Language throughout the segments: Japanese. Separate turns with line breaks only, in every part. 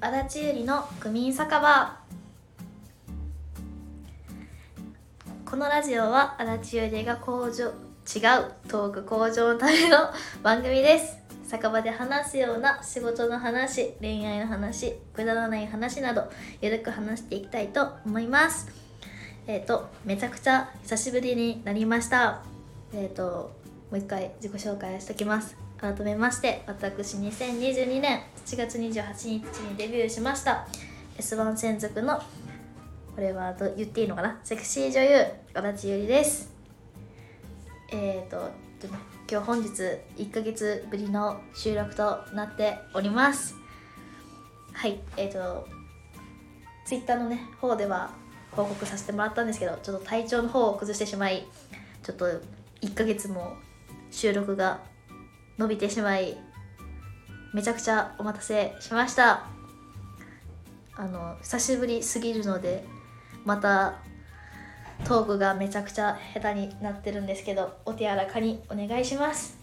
足立ゆりの区民酒場このラジオは足立ゆりが工場違うトーク向上のための番組です酒場で話すような仕事の話恋愛の話くだらない話などゆるく話していきたいと思いますえっ、とめちゃくちゃ久しぶりになりましたえっ、ともう一回自己紹介しときます改めまして私2022年7月28日にデビューしました S1 専属のこれはど言っていいのかなセクシー女優足立ゆりですえっ、ー、とえっとね今日本日1ヶ月ぶりの収録となっておりますはいえっ、ー、とツイッターのね方では報告させてもらったんですけどちょっと体調の方を崩してしまいちょっと1ヶ月も収録が伸びてしまいめちゃくちゃお待たせしましたあの久しぶりすぎるのでまたトークがめちゃくちゃ下手になってるんですけどお手柔らかにお願いします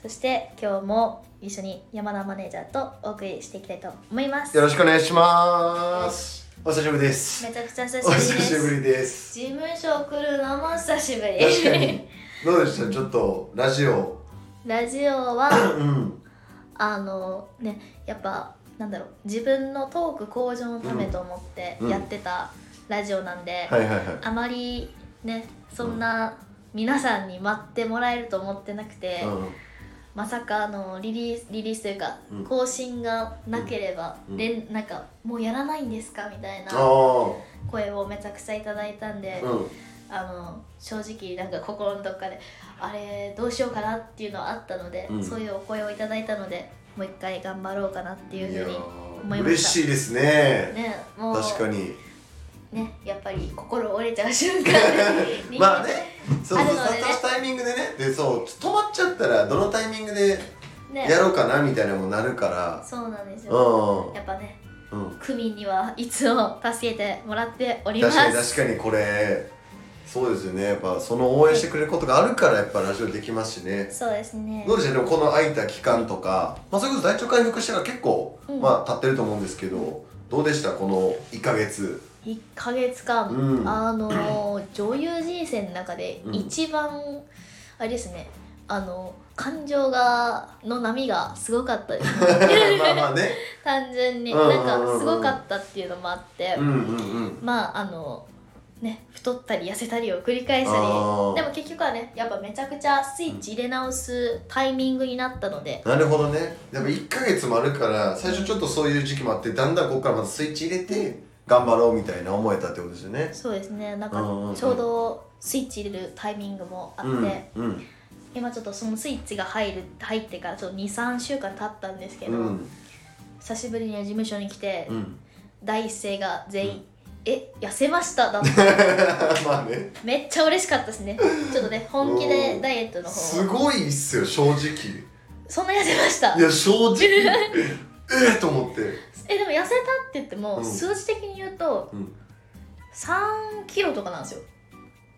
そして今日も一緒に山田マネージャーとお送りしていきたいと思います
よろしくお願いします。お久しぶりです。
めちゃくちゃ久し
お
ぶりで
久し
す
ぶりです。
事務所来るのも久しぶり
確かに。どうでしたちょっとラジオ。
ラジオは
うん。
あのねやっぱなんだろう自分のトーク向上のためと思って
うん
やってたラジオなんで、
はいはいはい。
あまりねそんな皆さんに待ってもらえると思ってなくて、
うん。
まさかあのリリースリリースというか、
うん
更新がなければ、
うん
れんなんかもうやらないんですかみたいな
ああ。
声をめちゃくちゃいただいたんで、
うん。
あの正直なんか心のどっかであれどうしようかなっていうのはあったので、
うん
そういうお声をいただいたのでもう一回頑張ろうかなっていうふうに思いました
やー嬉しいですね。
ねもう
確 かに。
ねやっぱり心折れちゃう瞬間に
まあね。そう
あ
そ
る
う。
のでね
スタートのタイミングでね。でそう止まっちゃったらどのタイミングで
ね
やろうかなみたいなのもなるから。
そうなんですよ
う
やっぱね
ん。うん。
区民にはいつも助けてもらっておりま
確
す
かに確かにこれ。そうですよね。やっぱその応援してくれることがあるからやっぱラジオできますしね。
そうですね
どうでしたでもこの空いた期間とか、まあ、それこそ体調回復してから結構、
うん
まあ経ってると思うんですけどどうでしたこの1 ヶ月
1ヶ月間、
うん
あのー女優人生の中で
うん
一番、あれですねあの感情がの波がすごかったです
まあま あね
単純に
うんうんう
なんん
うん
かすごかったっていうのもあって、
うんうんうん
まああのね太ったり痩せたりを繰り返したり
あー
でも結局はねやっぱめちゃくちゃスイッチ入れ直すタイミングになったので、
なるほどねやっぱ1ヶ月もあるから最初ちょっとそういう時期もあってだんだんここからまたスイッチ入れて頑張ろうみたいな思えたってことですよね
そうですねなんか
うんうんうん
ちょうどスイッチ入れるタイミングもあって、
うんうん
今ちょっとそのスイッチが入る入ってからちょっと23週間経ったんですけ
う
ど、
ん
久しぶりに事務所に来て、
うん
第一声が全員「え痩せました」だって
まあ ね
めっちゃ嬉しかったですねちょっとね本気でダイエットの
す
方
ごいっすよ正直
そんな痩せました
いや正直 えっと思って
えでも痩せたって言っても、
うん
数字的に言うと、
うん
3キロとかなんですよ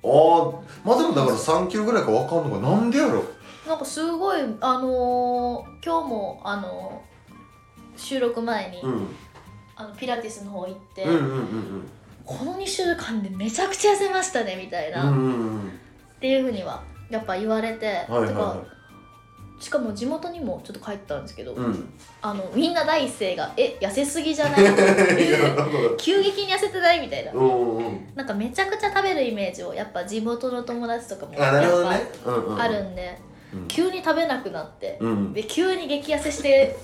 あーまあでもだから3キロぐらいかわかんのかなんでやろ
なんかすごいあのー今日もあのー収録前に、
うん
あのピラティスの方行って、
うんうんうん
この2週間でめちゃくちゃ痩せましたねみたいな、
うん
っ
うんうん
ていうふうにはやっぱ言われて、
はいはい
てか
は
しかも地元にもちょっと帰ったんですけど、
いうん
あのみんな第一声が「え痩せすぎじゃない?」 とか急激に痩せてないみたいな
うんうん
なんかめちゃくちゃ食べるイメージをやっぱ地元の友達とかも
あなるほど
や
ね
っ
うんうんう
ぱ
ん
あるんで、
うん
急に食べなくなって、
うん
で急に激痩せして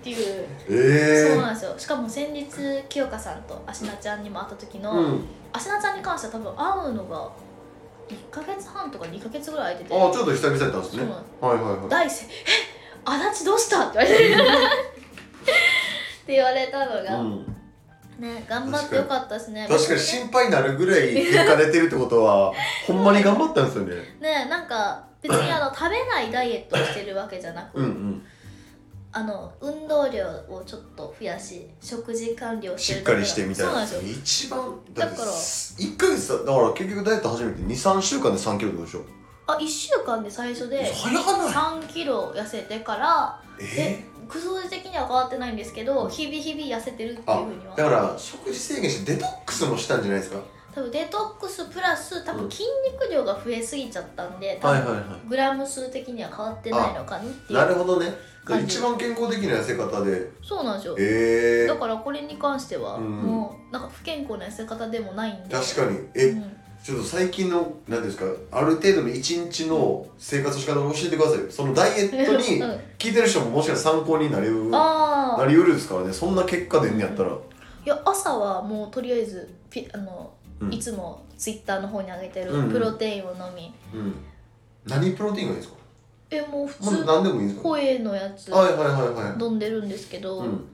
っていう、
え
そう
え
なんですよしかも先日清香さんと芦名ちゃんにも会った時の、
うん
芦名ちゃんに関しては多分会うのが1ヶ月半とか2ヶ月ぐらい空いてて
ああちょっと久々やったんですね
そう
はいはいは
第一声「え足立どうした?」って言われて って言われたの
い
が、
うん
ね頑張ってよかったですね
確かに心配になるぐらい結果出てるってこと はほんまに頑張ったんですよね
ねなんか別にあの食べないダイエットをしてるわけじゃなく、
うんうん
あの運動量をちょっと増やし食事管理を
し
して
っ
る
かりしてみたい
そうな
なん
ですよ
一番
だから
1ヶ月だだから結局ダイエット始めて23週間で3キロってことでしょ
あ1週間で最初で
早くない
3キロ痩せてから
え
えクソ的には変わってないんですけど日々日々痩せてるっていう
あ
ふうには
だから食事制限してデトックスもしたんじゃないですか
多分デトックスプラス多
う
分
ん
筋肉量が増えすぎちゃったんで、多
はい
分
はいはい
グラム数的には変わってないのかなってい
なる
う
ほどね
感じ
一番健康的な痩せ方で
そうなんですよ
ええ
だからこれに関しては、
うん
もうなんか不健康な痩せ方でもないんで
確かにえ、
うん
ちょっと最近の何ですかある程度の一日の生活の仕方を教えてくださいよそのダイエット に
うん
聞いてる人ももしかしたら参考になりうな
ああ
りうるですからねそんな結果出んねやったら、
いや朝はもうとりあえずピあの、
うん
いつもツイッターの方に上げてる
うんうん
プロテインを飲み、
うん、何プロテインがいいですか
えもう普
もう
通
何でもいいんですかは
声のやつ
いはいはいは
飲んでるんですけど、
い、うん、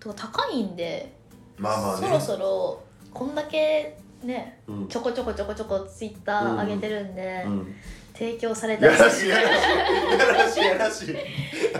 とか高いんで、
まあまあね
そろそろこんだけね
うん
ちょこちょこちょこちょこツイッター上げてるんで、
うん
提供された
や
り
らしいやらしいやらしいやらしい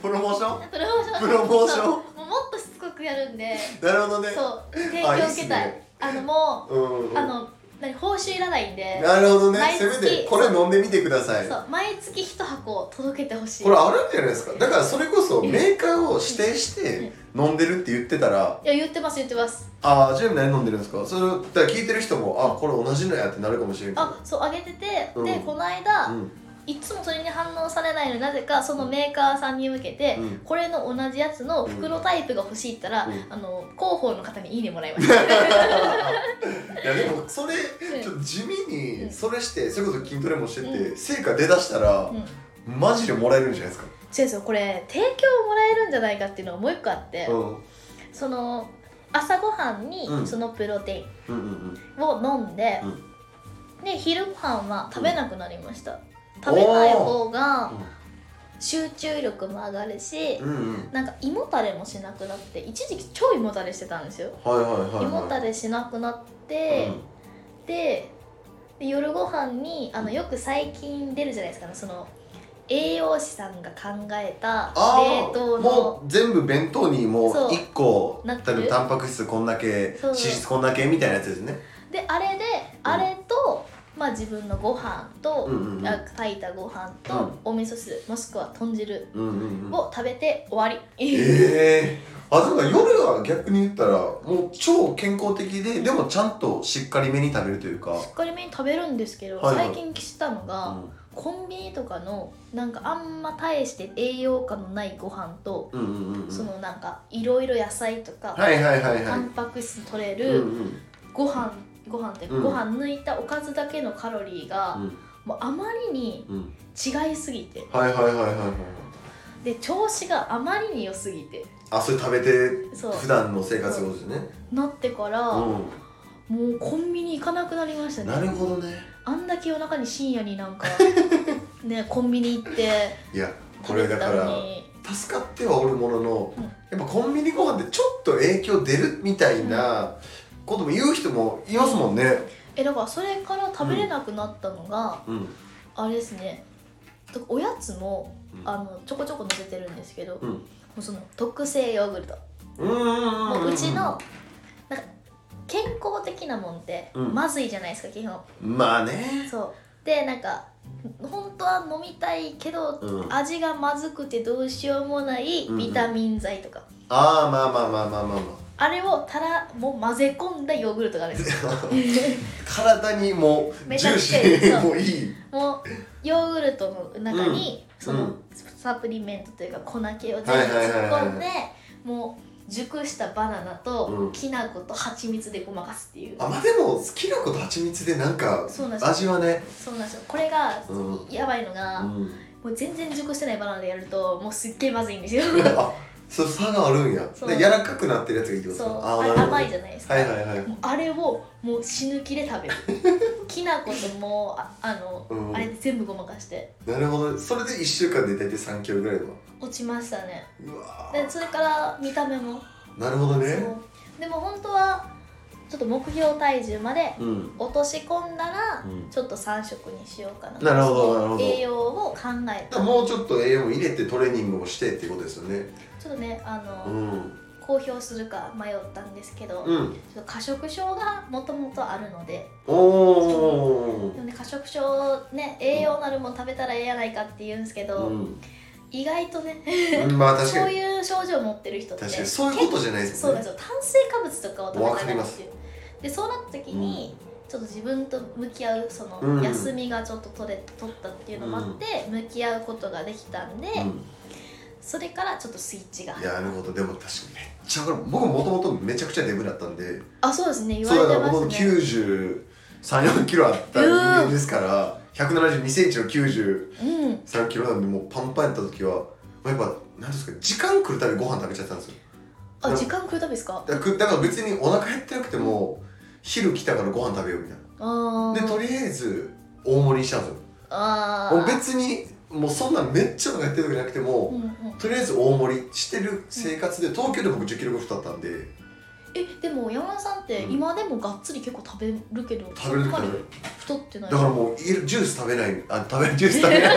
プロモーション
プロモーション
プロモーショ
そ
ン
うもうもっとしつこくやるんで
なるほどね
そう提
あいい
供
っ
受
す
けたい
ね
あのも
うんう
うんあの何報酬いらないんで
なるほどね
毎
せ
月
めてこれ飲んでみてください
そう毎月一箱届けてほしい
これあるんじゃないですかだからそれこそ
うん
メーカーを指定して飲んでるって言ってたら
いや言ってます言ってます
ああジェーム何飲んでるんですかそれだから聞いてる人もあこれ同じのやってなるかもしれんけど
あそうあげてて、
うん
でこの間、
うん
いつもそれに反応されないのになぜかそのメーカーさんに向けて、
うん
これの同じやつの袋タイプが欲しいったら、
うん
あの広報の方に「いいね」もらいました
いやでもそれ
ん
ちょっと地味
う
に
ん
それしてそれこそ筋トレもして
う
て成果出だしたら
うん
マジでもらえるんじゃないですか
先生これ提供もらえるんじゃないかっていうのがもう一個あって、
うんうん
その朝ごはんに
うん
そのプロテイン
うんうん
を飲んで、
う
で昼ごはんは食べなくなりました、食べない方が集中力も上がるし、
うんうん
なんか胃もたれもしなくなって一時期超胃もたれしてたんですよ
はいはいはい
胃もた
はい
れしなくなって、でで夜ご飯にあのよく最近出るじゃないですか、ね、その栄養士さんが考えた
あ
冷
ー
凍
も
の
う全部弁当にもう
そう
1個
な
例
っ
え
てる
ばタンパク質こんだけ
そう
脂質こんだけみたいなやつですね
であれで
うん
あれと、まあ、自分のご飯と、
うんうんうん
あ炊いたご飯と、
うん
お味噌汁もしくは豚汁
うんうんうん
を食べて終わり、
ええあだから夜は逆に言ったらもう超健康的ででもちゃんとしっかりめに食べるというか
しっかりめに食べるんですけど、
はいはい
最近知ったのが、
うん
コンビニとかのなんかあんま大して栄養価のないご飯と、
うんうんうんうん
そのなんかいろいろ野菜とか、
はいはいはいは
タ
い
ンパク質取れ
うん
る
うん
ご飯、ご飯っていうか
うん
ご飯抜いたおかずだけのカロリーが、
うん
もうあまりに
うん
違いすぎて
はいはいはいはいはい
で調子があまりに良すぎて
あそれ食べて
そう
普段の生活ってことですね
なってから、
う
もうコンビニ行かなくなりました
ん
ね
なるほどね
あんだけ夜中に深夜に なんかねコンビニ行って
いやこ
食べ
れ
て
だ
た
か
の
ら
に
助かってはおるものの、
うん
やっぱコンビニご飯ってちょっと影響出るみたいなことも言う人もいますもんね
えだからそれから食べれなくなったのが、
うん、
あれですねとおやつも
うん
あのちょこちょこ載せてるんですけど、
うん
もうその特製ヨーグルト、
うんうんうん
も
ん
ううちのなんか健康的なもんって
うん
まずいじゃないですか基本
まあね
そうでなんか本当は飲みたいけど、
うん
味がまずくてどうしようもないビタミン剤とか、
ああまあまあまあまあまあまあ
あれをたらもう混ぜ込んだヨーグルトがあるんですよ
体にも
めち
ジ
ゃ
ュ
く
ー
ち
シ
ゃいい
ーもいい
もうヨーグルトの中に、そうの
ん
サプリメントというか粉系を全部
はいはいはい
突っ
はい
込んでもう熟したバナナ
う
と
ん
きな粉と蜂蜜でごまかすっていう
あまあでもきな粉と蜂蜜でなんか
そうなんですよ
味はね
そうなんですよこれが
うん
やばいのが、
うん
もう全然熟してないバナナでやるともうすっげえまずいんですよ
あそう差があるんや
そう
で柔らかくなってるやつがいいってこと
そ
で
う
すか
あ
ー
れ
なるほど
甘いじゃないですか、
はいはいはい
もうあれをもう死ぬ気で 食べるきな粉ともうああの、
うん
あれ全部ごまかして
なるほどねそれで1週間で大体3キロぐらいは
落ちましたね
うわ
でそれから見た目も
ーなるほど
そ
ね
うでも本当はちょっと目標体重まで
うん
落とし込んだら、
うん
ちょっと3食にしようかな
なるほどなるほど
栄養を考え
だ
た
からもうちょっと栄養も入れてトレーニングをしてっていうことですよね
ちょっとねあの、
うん
公表するか迷ったんですけど、
うん
ちょっと過食症がもともとあるので
おお
でもね過食食症ね栄養なるもん食べたらええやないかって言うんですけど、
うん
意外とね
うん、まあ確
そ
か
う
に
いう症状を持ってる人って
確かにそういうことじゃないです
そう
もん
なん
ね
ですよ炭水化物とかを食べ
わか
た
り
いな
ま
って
す
いうでそうなった時に、ちょっと自分と向き合うその、
うん
休みがちょっと取れ取ったっていうのもあって、向き合うことができたんで、
う
それからちょっとスイッチが
ん、
入
い
る
やなるほどでも確かにめっちゃ分かる僕もともとめちゃくちゃデブだったんで
あそうですね言わ
そうだ
れて
から
ま
僕
す
も
ね
9 3 4キロあった人間ですから1 7 2センチの9
うん
3キロなんでもうパンパンやった時はやっぱ何ですか時間来るたびご飯食べちゃったんですよ
あ時間食うたびですか
だからくだから別にお腹減ってなくても昼来たからご飯食べようみたい
あ
なでと
ー
りあえず大盛りにしたんですよ
あ
もう
ー
別にもうそんなめっちゃお腹減ってるわけじゃなくて
う
も
んうん、
とりあえず大盛りしてる生活で東京で僕1 0キロ太ったんで
えでも山田さんって
うん
今でもがっつり結構食べるけど
食べる
そんな
食べ
に
る
太ってない
だからもういジュース食べないあ食べ ジュース食べない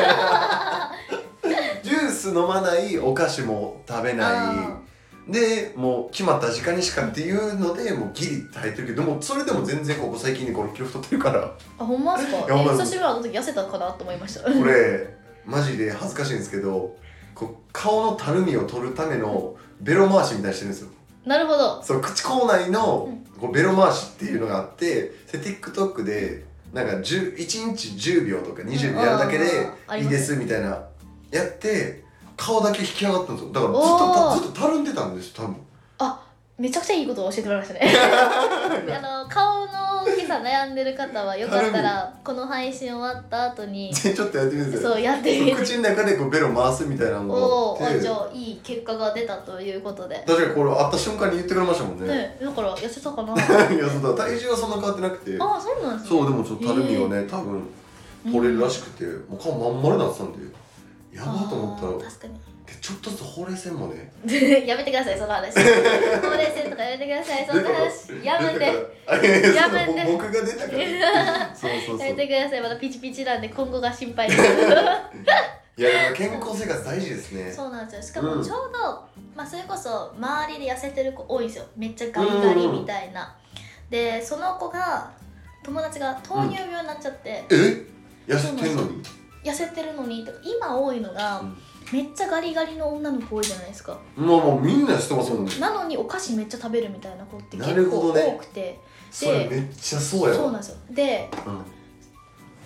ジュース飲まないお菓子も食べ
あ
ないでもう決まった時間にしかっていうのでもうギリ耐えてるけどでもそれでも全然ここ最近に5 6キロ太ってるから
あほんまですか
い
え
やほんまです
久しぶりの時痩せたかなと思いました
これマジで恥ずかしいんですけどこう顔のたるみを取るためのベロ回しみたいにしてるんですよ
なるほど
その口口内のこうベロ回しっていうのがあってそれ TikTok でなんか10 1日10秒とか20秒やるだけ
うんあーあ
で
り
いい
ます
ですみたいなやって顔だけ引き上がったんですよだからずっ
おー
とずっとたるんでたんですよ多分
めちゃくちゃいいことを教えてもらいましたねあの顔の大きさ悩んでる方はよかったらこの配信終わった後に
ちょっとやってみてくださ
そうやってみ
い
る
口の中でこうベロ回すみたいなのが
お
あっ
お
て
じゃあいい結果が出たということで、
確かにこれ会った瞬間に言ってくれましたもんね
ねだから痩せたか な
いやそうだ体重はそんな変わってなくて
ああそうなんですね
そうでもちょっとたるみをね、多分取れるらしくて、もう顔まん丸になってたんでやばと思ったら
あー確かに
でちょっとずつほうれい線もね
やめてくださいその話ほうれい線とかやめてくださいそんな 話やめて
出たからあいやいや
やめて
そう僕が出 たからそうそうそう
やめて
い
くださいまだピチピチなんで今後が心配です
やでも健康生活大事ですね
そうなんですよしか
う
も
ん
ちょうど、まあ、それこそ周りで痩せてる子多いんですよめっちゃガリガリみたいな、でその子が友達が糖尿病になっちゃって、
え痩せてんのに
痩せてるのにとか今多いのが、
うん
めっちゃガリガリの女の子多いじゃないですか
もうもうみんなしてますもんね
なのにお菓子めっちゃ食べるみたいな子って
なる
結
ほ
構
どね
多くて、
それめっちゃそうや
そう
わ
なんですよで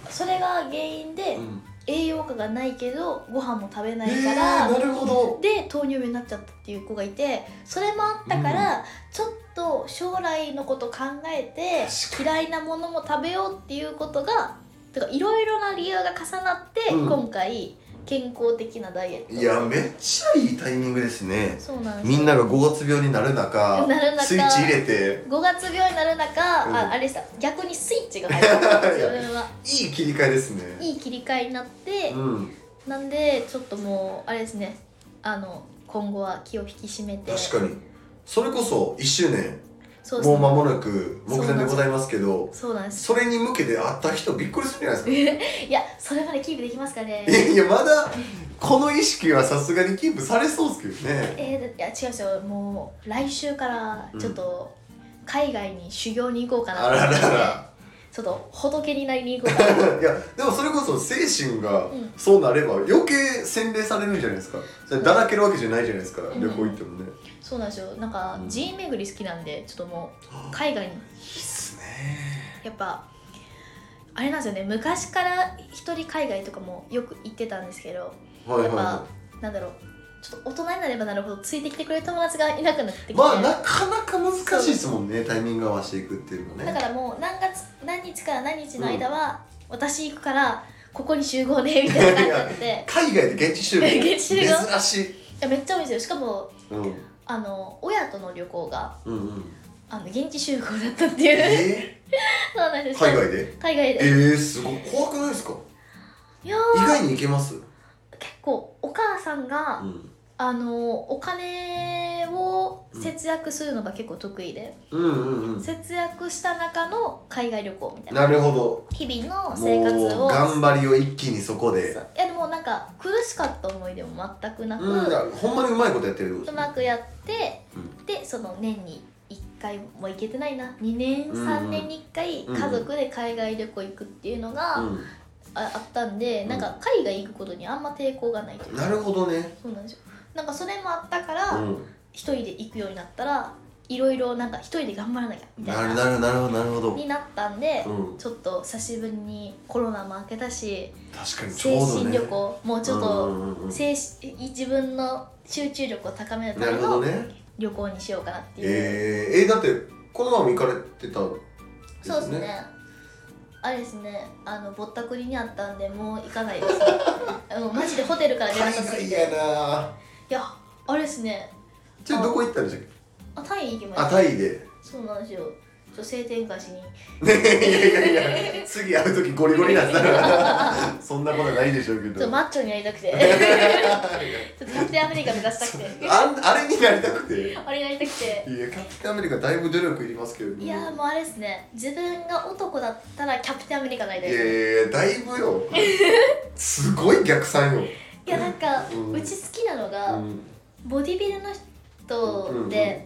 それが原因で
うんうん
栄養価がないけどご飯も食べない
え
か
ー、
ら、
なるほど
で糖尿病になっちゃったっていう子がいてそれもあったから、ちょっと将来のこと考えて
確
嫌いなものも食べようっていうことがてかいろいろな理由が重なって、
うん
今回健康的なダイエット
いやめっちゃいいタイミングですね
そうなんです
みんなが5月病になる中
なる中
スイッチ入れて
5月病になる中、
うん
ああれでした逆にスイッチが入った 自分は
いい切り替えですね
いい切り替えになって、
うん
なんでちょっともうあれですねあの今後は気を引き締めて
確かにそれこそ1周年
そうです
もう
ね
間もなく目前でございますけど
そうなんです
それに向けて会った人びっくりするじゃないですか
いや、それまでキープできますかね。
いやいやまだこの意識はさすがにキープされそうですけどね
えー、いや、違う違う、もう来週からちょっと海外に修行に行こうかな
あららら
ちょっと仏になりに行こうかな。
いやでもそれこそ精神が
うん
そうなれば余計洗礼されるんじゃないですかそれだらけるわけじゃないじゃないですか
うん
旅行行ってもね
そうなんですよ、なんか
うん
寺院巡り好きなんで、ちょっともう海外に、
いいっすね
やっぱ。あれなんですよね、昔から一人海外とかもよく行ってたんですけど、
はいはい
やっぱ
は
なんだろう。ちょっと大人になればなるほどついてきてくれる友達がいなくなってきて、
いまあなかなか難しいですもんねタイミング合わせていくっていうのね
だからもう何月何日から何日の間は、私行くからここに集合ねみたいな感じになってて
海外で現地集 合
現地集合
珍しい、
いやめっちゃ多いんですよしかも
うん、うん
あの親との旅行が
うんうん
あの現地集合だったっていう
え
そうなんで
ー、
す
海外で
海外
え
で
ー、すごい怖くないですか
いや
意
ー
外に行けます
結構お母さんが、
うん
あのお金を節約するのが結構得意で、
うんうんうん
節約した中の海外旅行みたいな
なるほ
日々
ど
の生活
も
を
う頑張りを一気にそこで
そういやでもなんか苦しかった思い出も全くなく、
うんだからほんまにうまいことやってるって
う
こと
まくやって、
うん
でその年に1回も行けてないな2年
うんうん
3年に1回
うんうん
家族で海外旅行行くっていうのが、
う
ああったんで
うん、
なんか海外行くことにあんま抵抗がないというんか
なるほどね、
そうなんですよなんかそれもあったから、
う
一人で行くようになったらいろいろなんか一人で頑張らなきゃみ
ん、
たいな
なるなるなるほどなるほど、
になったんで、
うん、
ちょっと久しぶりにコロナも明けたし
確かにちょ
精
うどね
神力をもうちょっ
うん
と
うんうんうん
精神自分の集中力を高める
な
た
る
め
ほど
の
ね
旅行にしようかなっていう、
えー、えだってこのまま行かれてたんです
そうですねあれですねあのぼったくりにあったんでもう行かないです、 ね、あのマジでホテルから出な
海
さすぎ
外
て
やな
やあれですね
じゃあどこ行ったんでしたっけ
あタイ行きまし
あ
た
タイで
そうなんですよちょ性転換しに
いやいやいや次会う時ゴリゴリなんだから そんなことはないでしょうけ
ちょっと
ど
マッチョになりたく て ちょっとキャプテンアメリカ目指したくて
あんあれになりたくていや
あれやりたくて
キャプテンアメリカだいぶ努力いりますけど
いやーもうあれですね自分が男だったらキャプテンアメリカになりたい
い
です
やいやいやだいぶよすごい逆算よ、
いやなんか、
う
うんち好きなの
う
が、
ん、
ボディビルの人
うん
で、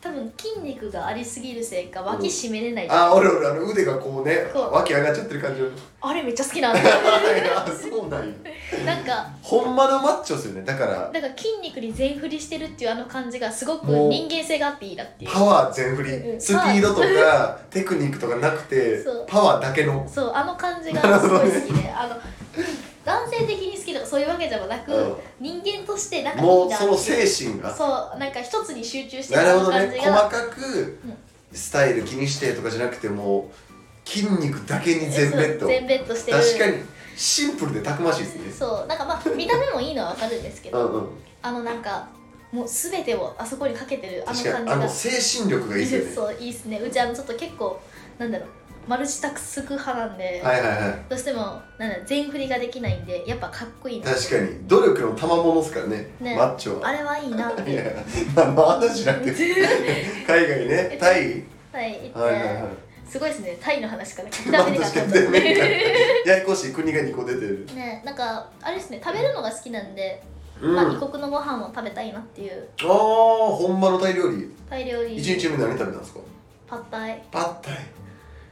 多分筋肉がありすぎるせいか脇締めれない、
あ俺俺あの腕がこうね
こう
湧き上がっちゃってる感じの
あれめっちゃ好きなんだ
あそうなんよ
なんか
ほんまのマッチョですよねだから
なんか筋肉に全振りしてるっていうあの感じがすごく
もう
人間性があっていいなっていう
パワー全振
う
り
ん
スピードとかテクニックとかなくて
そう
パワーだけの
そうあの感じが
なるほ
す
ど
ご
ね
い好きで、あ の男性的に好きとかそういうわけでもなく、
うん
人間としてなんかい
も
いうなって
そ
いう
の精神が
そうなんか一つに集中して
なるほど
あの
ね細かく
うん
スタイル気にしてとかじゃなくてもう筋肉だけに全ベッド
そう全ベッドしてる
確かにシンプルでたくましいですね
そうなんかまあ見た目もいいのはわかるんですけ
う
ど、
んうん
あのなんかもう全てをあそこにかけてるあの
確か
感
に
じ
あ
が
の精神力がいいですよ
そういいっすねうちあのちょっと結構なんだろうマルチタクスク派なんで、
ねはいはいはい
どうしてもなんだろう全振りができないんでやっぱかっこいいな
確かに努力の賜物ですからね
ね
マッチョは
あれはいいなって
いや 何の話な んて海外ねタ
は
イ
い行って、
はいはいはい
すごいですねタイの話から聞い
まあ
ため
確
にか
か
った
に全面がややこしい国が2個出てる
ねなんかあれですね食べるのが好きなんで、
うん
まあ、異
あ
国のご飯を食べたいなっていう
あ本場のタイ料理
タイ料理
1日目何食べたんですか
パッタイ
パッタイ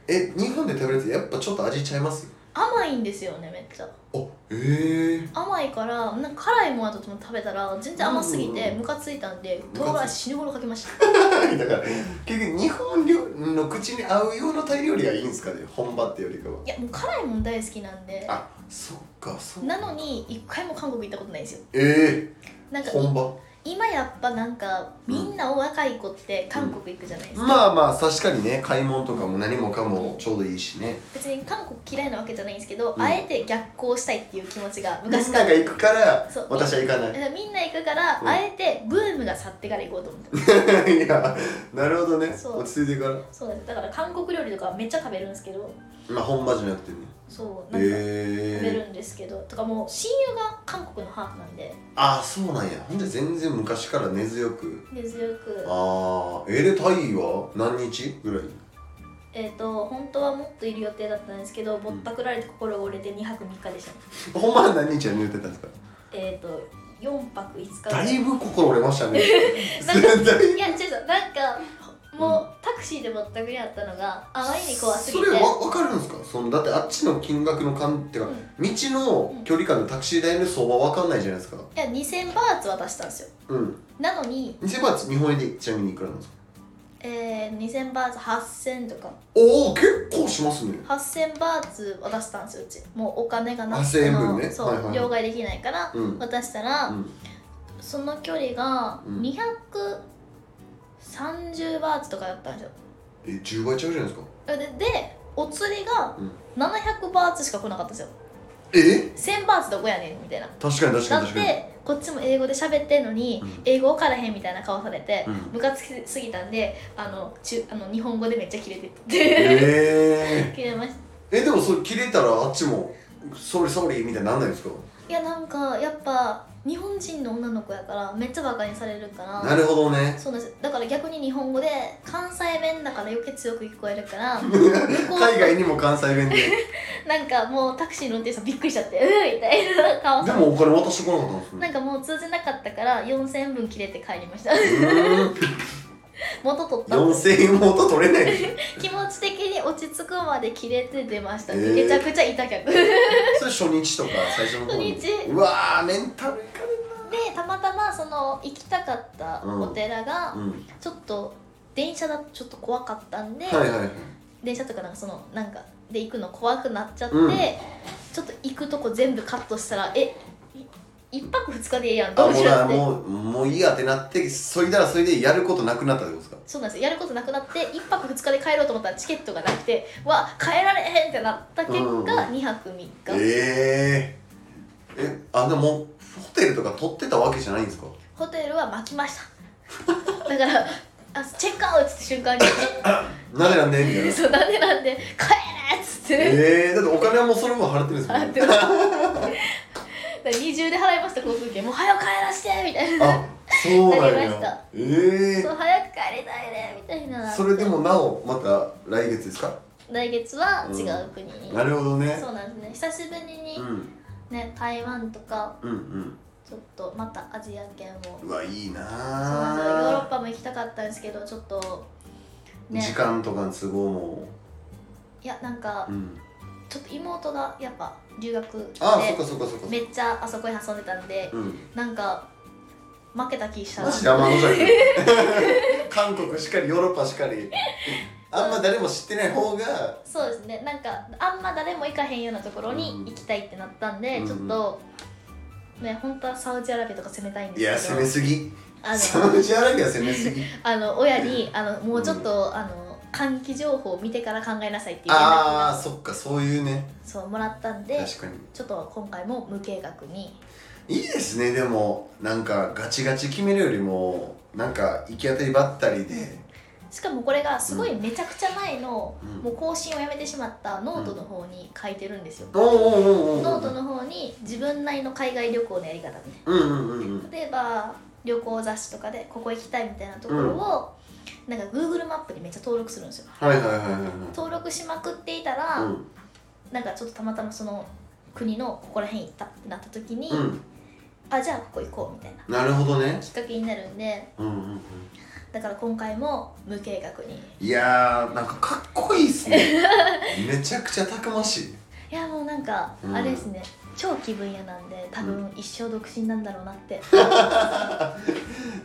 え日本で食べるやつやっぱちょっと味ちゃいます
甘いんですよねめっちゃ
あへえ
甘いからなんか辛いものだと思って食べたら全然甘すぎて
うん
ムカついたんで
ムカつい
唐辛子死ぬほどかけました
だから結局日本料理の口に合うようなタイ料理がいいんですかね本場ってよりかはい
やもう辛いもん大好きなんで
あそっかそう
なのに一回も韓国行ったことないんですよ
え
な
え
んか
本場
今やっぱなんかみんなお若い子って韓国行くじゃないですか、
まあまあ確かにね買い物とかも何もかもちょうどいいしね
別に韓国嫌いなわけじゃないんですけど、
うん
あえて逆行したいっていう気持ちが
みんな
昔から
が行くから
そう
私は行かな
だ からみんな行くから、
うん
あえてブームが去ってから行こうと思って
いいやなるほどね
そう
落ち着いてから
そうなんですだから韓国料理とかめっちゃ食べるんですけど
まあ本場じゃなくてね
そうなんか食べ
ええ
るんですけど、とかもう親友が韓国のハーフなんで
ああそうなんやほんで全然昔から根強く
根強く
ああえでタイは何日ぐらい
えっ、と本当はもっといる予定だったんですけどぼったくられて心が折れて2泊3日でした、
ほんまは何日は寝てたんですか
えっ、と4泊5日ぐら
だ
い
いぶ心折れましたね
なんか
だいぶ
いや違う違うなんかもう、タクシーでぼったくりあったのがあまりに怖すぎ
そ
て
れわ分かるんですかそのだってあっちの金額の感ってか、
うん
道の距離感のタクシー代の相場分かんないじゃないですか
いや2000バーツ渡したんですよ
うん
なのに、
2000バーツ日本円でちなみにいくらなんですか
えー、2000バーツ8000とか
おお結構しますね
8000バーツ渡したんですようちもうお金がなく
8000円分ね
そう、
はいはいはい
両替できないから
うん
渡したら、
うん
その距離が
うん
230バーツとかだったんですよ
え10倍ちゃうじゃないですか
ででお釣りが
うん
700バーツしか来なかったんですよ
え
1000バーツどこやねんみたいな
確かに確か
だ
に
っ
確かに
てこっちも英語で喋ってんのに、
うん
英語分からへんみたいな顔されて、
うん
ムカつきすぎたんであのちあの日本語でめっちゃキレてて
え
キレました
ー、えでもそれ切れたらあっちも「ソーリーソーリー」みたいになんないんですか
いやなんかやっぱ日本人の女の子やからめっちゃバカにされるから
なるほ どね
そうなんですだから逆に日本語で関西弁だから余計強く聞こえるから 向こう
海外にも関西 弁で
なんかもうタクシーの運転手さんびっくりしちゃって「うーみたいな顔
で
さ
もお金渡してこな かったんです
な
ね
んかもう通じなかったから4000分切れて帰りました
うーん
元取ったんです
4000円も音取れないで しょ
気持ち的に落ち着くまで切れて出ました、ね
えー
めちゃくちゃ痛か った
それ初日とか最初の方に
初日
うわーメンタルいかれ
でたまたまその行きたかったお寺が、
んなうん
ちょっと電車だとちょっと怖かったんで、
はいはいはい
電車とかなんかそのなんかで行くの怖くなっちゃって、
うん
ちょっと行くとこ全部カットしたらえい一泊二日でええやん
あ
どう
も
し
う
よ
だ
うって
もうもういいやってなってそいだらそれでやることなくなったってことですか
そうなんですよやることなくなって一泊二日で帰ろうと思ったらチケットがなくてわ帰られへんってなった結
うん
果、二泊三日、
ええー、えあでもホテルとか取ってたわけじゃないんですか
ホテルは巻きましただからあチェックアウトって瞬間に
なんでなんでみた
え「
いな
そうなんでなんで帰れ!」っつって、
ええー、だってお金はもうそれも払ってるんですもん
あでもだから二重で払いました航空券もう早く帰らしてみたいな
あそうなん
なりました
やええ
そう早く帰りたいねみたいな
ー、それでもなおまた来月ですか
来月は違う国に、
なるほどね
そうなんですね久しぶりに
うん
ね台湾とか
うんうん
ちょっとまたアジア圏をそう
うわいいな
なんですよヨーロッ
あ、
パも行きたかったんですけどちょっとね
時間とかの都合も、
いやなんか
うん、
ちょっと妹がやっぱ留学で
ああそっかそっかそっか
めっちゃあそこに遊んでたんで
うん
なんか負けた気したな
マジで天の弱 韓国しかりヨーロッパしかりあんま誰も知ってない方が
そうですねなんかあんま誰も行かへんようなところに行きたいってなったんで、
うん
ちょっとね本当はサウジアラビアとか攻めたいん
いや
ですけ
攻
ど
めすぎ
あ
サ
の
ウジアラビア攻めすぎ
あの親にあのもうちょっと、あの換気情報を見てから考えなさいっていう連絡
あ
が
あそっかそういうね
そうもらったんで
確かに
ちょっと今回も無計画に
いいですねでもなんかガチガチ決めるよりもなんか行き当たりばったりで
しかもこれがすごいめちゃくちゃ前の、
うん
もう更新をやめてしまったノートの方に書いてるんですよ、
おうおうおうおう
ノートの方に自分なりの海外旅行のやり方みたいな
うんうんうんうん
例えば旅行雑誌とかでここ行きたいみたいなところを、なんか Google マップにめっちゃ登録するんですよ
はいはいはいはい
登録しまくっていたら、
はい
なんかちょっとたまたまその国のここら辺行ったってなった時に、
うんうん
あじゃあここ行こうみたいな
なるほどね
きっかけになるんで
うんうんうん
だから今回も無計画に
いやーなんかかっこいいっすね めちゃくちゃたくましい
いやもうなんか
うん
あれですね、超気分屋なんで多分一生独身なんだろうなって、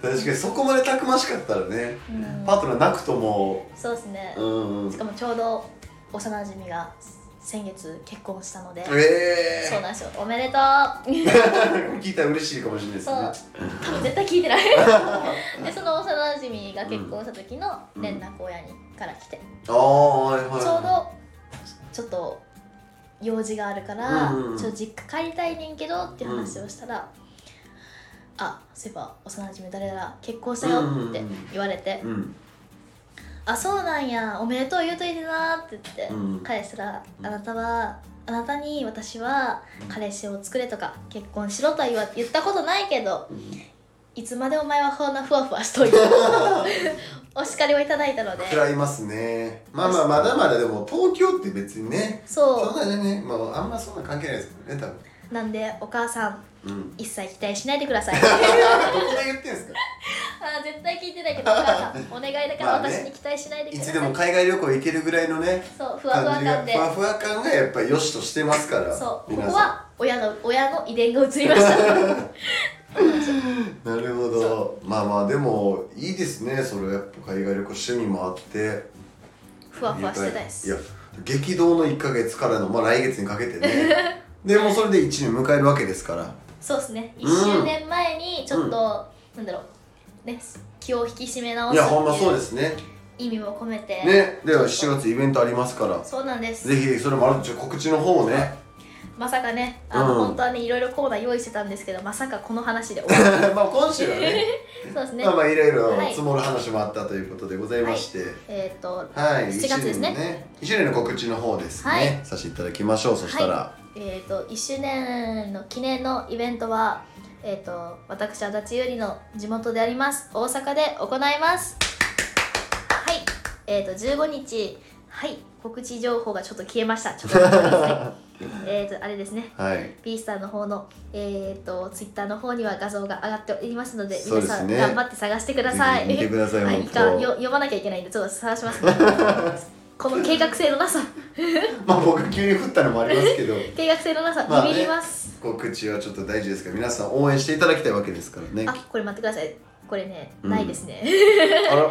確かにそこまでたくましかったらね
うん
パートナーなくとも
そうですね
う、んうん
しかもちょうど幼馴染が先月結婚したので、
え
そうなんですよおめでとう
ー、 聞いたら嬉しいかもしれないです
そう
ね
多分絶対聞いて ないでその幼馴染が結婚した時の連絡親にから来て、
ああはいはいはい
ちょうどちょっと用事があるから、
うんうんうん
ちょっと実家帰りたいねんけどっていう話をしたら、あそういえば幼馴染誰々結婚したよって言われて、
うん
あそうなんやおめでとう言うといてなって言って、
うん
返したら、
うん
あなたはあなたに私は彼氏を作れとか結婚しろとは言わ言ったことないけどいつまでお前はこんなふわふわし といてお叱りをいただいたので
食らいますねまあまあまだまだでも東京って別にねそん
そ
なにね、まあ、あんまそんな関係ないですけどね多
うなんでお母さん
分うん
一切期待しないでくだ さい
どこで言って んすか
あー絶対聞いてないけどお母さんお願いだから
まあね
私に期待しないでく
い
ださ
つ
い、
でも海外旅行行けるぐらいのね
そうふわふわ
感じが
感で
ふわふわ感がやっぱり良しとしてますから
そうこ
皆
こ
さ
は親の親の遺伝が移りました
んなるほどまあまあでもいいですねそれやっぱ海外旅行趣味もあって
ふわふわしてたいで
い
す
や激動の1か月からの、まあ、来月にかけてね でもうそれで1年迎えるわけですから
そうですね
うん
1周年前にちょっと、なんだろうね気を引き締め直
い
す
やほんま
って
そう
い
で
う
すね
意味も込めて、
ねでは7月イベントありますから
そうなんです
ぜひそれもあるちょ告知の方をね
まさかねあの、
うん
本当はねいろいろコーナー用意してたんですけどまさかこの話で終わる
まあ今週はね
そうですね
まあまあいろいろ
はい
積もる話もあったということでございまして、
えーっと
はい、
7月ですね
1年の告知の方ですね、
はい
させていただきましょうそしたら、
えーっと1周年の記念のイベントはえーっと私足立ゆりの地元であります大阪で行いますはいえーっと15日はい告知情報がちょっと消えましたちょっと待ってください えーとあれですね
はい、
B スターの方のえっ、とツイッターの方には画像が上がっておりますので
そう
皆
ですね
さん頑張って探してください
ぜひ見てください
はい
本当
かよ読まなきゃいけないんでちょっと探します ねこの計画性のなさ
まあ僕急に振ったのもありますけど
計画性のなさ
まあね
ビビります、
告知はちょっと大事ですから皆さん応援していただきたいわけですからね
あこれ待ってくださいこれね、
うん
ないですね
あら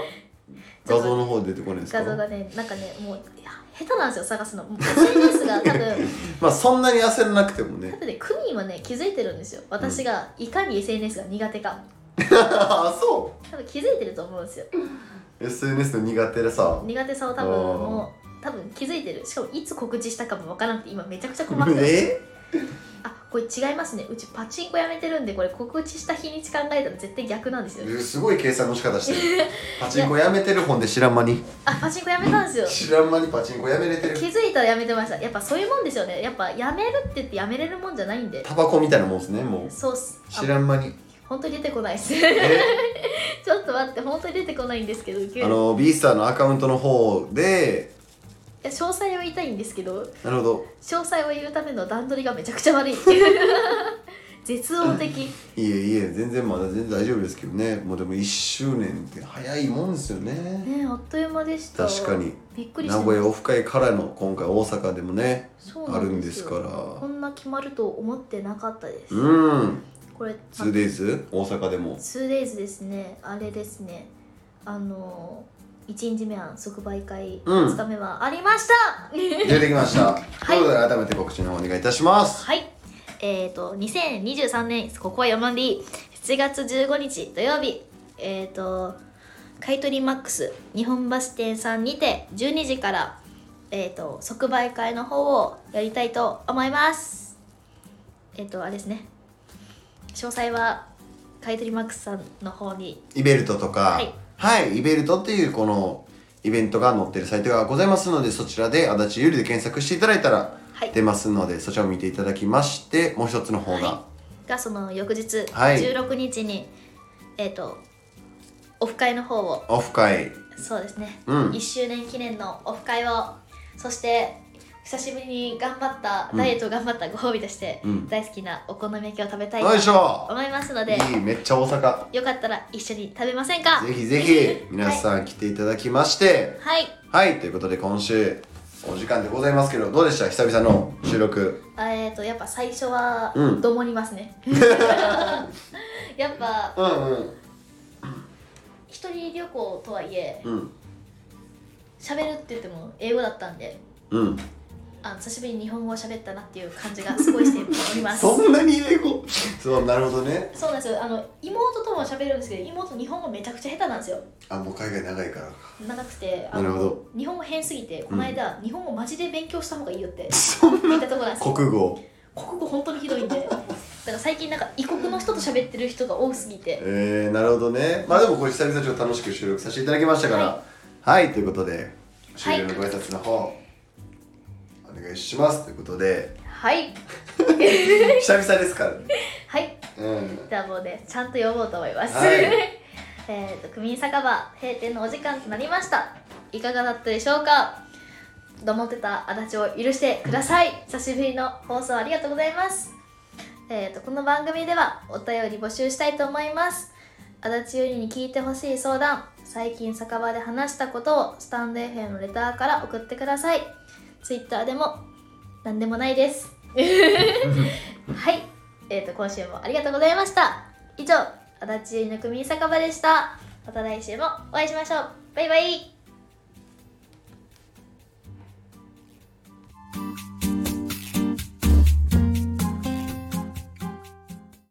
画像の方出てこないですか
画像がねなんかねもういや下手なんですよ探すのもう SNS が多分
まあそんなに焦らなくても
多
ね
分ねクミンはね気づいてるんですよ私がいかに SNS が苦手か
あそ
多分気づいてると思うんですよ
う SNS の苦手でさ
苦手さを多分
あー
もう多分気づいてるしかもいつ告知したかもわからんって今めちゃくちゃ困ってる
え
あこれ違いますねうちパチンコやめてるんでこれ告知した日にち考えたら絶対逆なんですよ
すごい計算の仕方してるパチンコやめてる本で知らん間に
あパチンコやめたんですよ
知らん間にパチンコやめれてる
気づいたらやめてましたやっぱそういうもんですよねやっぱやめるって言ってやめれるもんじゃないんで
タバコみたいなもんですねもう
そうっす
知
あ
らん間に
本当に出てこないっす
え
ちょっと待って本当に出てこないんですけど急に
あのビースターのアカウントの方で
いや詳細を言いたいんですけど
なるほど
詳細を言うための段取りがめちゃくちゃ悪い 絶望的
いえいえ全然まだ全然大丈夫ですけどねもうでも1周年って早いもんですよね
ねあっという間でした
確かに
びっくりし
名
た
古屋オフ会からの今回大阪でもね
そう
あ
な
る
ん
ん
で
ですす
よ
か
こんな決まると思ってなかったです、
らうん
これ
2days 大阪でも
2days ですねあれですねあの1日目は即売会
うん
2日目はありました、
出てきました、
い
ということで改めて告知の方お願いいたします
はい。えっ、と、2023年、ここは読まんでいい。7月15日土曜日、えっ、と、買取マックス日本橋店さんにて12時から、えっ、と、即売会の方をやりたいと思います。えっ、と、あれですね。詳細は、買取マックスさんの方に、
イベルトとか
はい、
はい、イベルトっていうこのイベントが載ってるサイトがございますので、そちらで足立ゆりで検索していただいたら
はい
出ますので、そちらを見ていただきまして、もう一つの方が、
はがその翌日、
はい
16日に、えっ、と、オフ会の方を
オフ会、
そうですね、
うん
1周年記念のオフ会をそして久しぶりに頑張ったダイエットを頑張ったご褒美として、
うん
大好きなお好み焼きを食べたいと
よいしょ
思いますので
いい、めっちゃ大阪。
よかったら一緒に食べませんか
ぜひぜひ、皆さん来ていただきまして、
はい
はい、ということで今週、お時間でございますけど、どうでした久々の収録。
あえっ、とやっぱ最初は
うん
どもります ね、やっぱ
うんうん。
一人旅行とはいえ
うん。
喋るって言っても英語だったんで
うん。
あ久しぶりに日本語を喋ったなっていう感じがすごいしております
そんなに英語そう、なるほどね。
そうなんですよあの妹とも喋るんですけど妹日本語めちゃくちゃ下手なんですよ
あ、もう海外長いから。
長くてあ
なるほ
の
ど
日本語変すぎてこの間、日本語マジで勉強した方がいいよって
そん
言ったところなんですよ
国語。
国語本当にひどいんでだから最近なんか異国の人と喋ってる人が多すぎて
えー、なるほどねまあでもこれ久々ちょっと楽しく収録させていただきましたからはい、ということで終了のご挨拶の方、お願いしますということ で
はい
久々ですからね
はい
うん
じゃあもうねちゃんと読もうと思います、
はい
えっと区民酒場閉店のお時間となりましたいかがだったでしょうかどもってた足立を許してください久しぶりの放送ありがとうございますえー、とこの番組ではお便り募集したいと思います足立ゆりに聞いてほしい相談最近酒場で話したことをスタンド FM のレターから送ってください Twitter でも何でもないです はいえー、と今週もありがとうございました以上足立ゆりの組酒場でしたまた来週もお会いしましょうバイバイ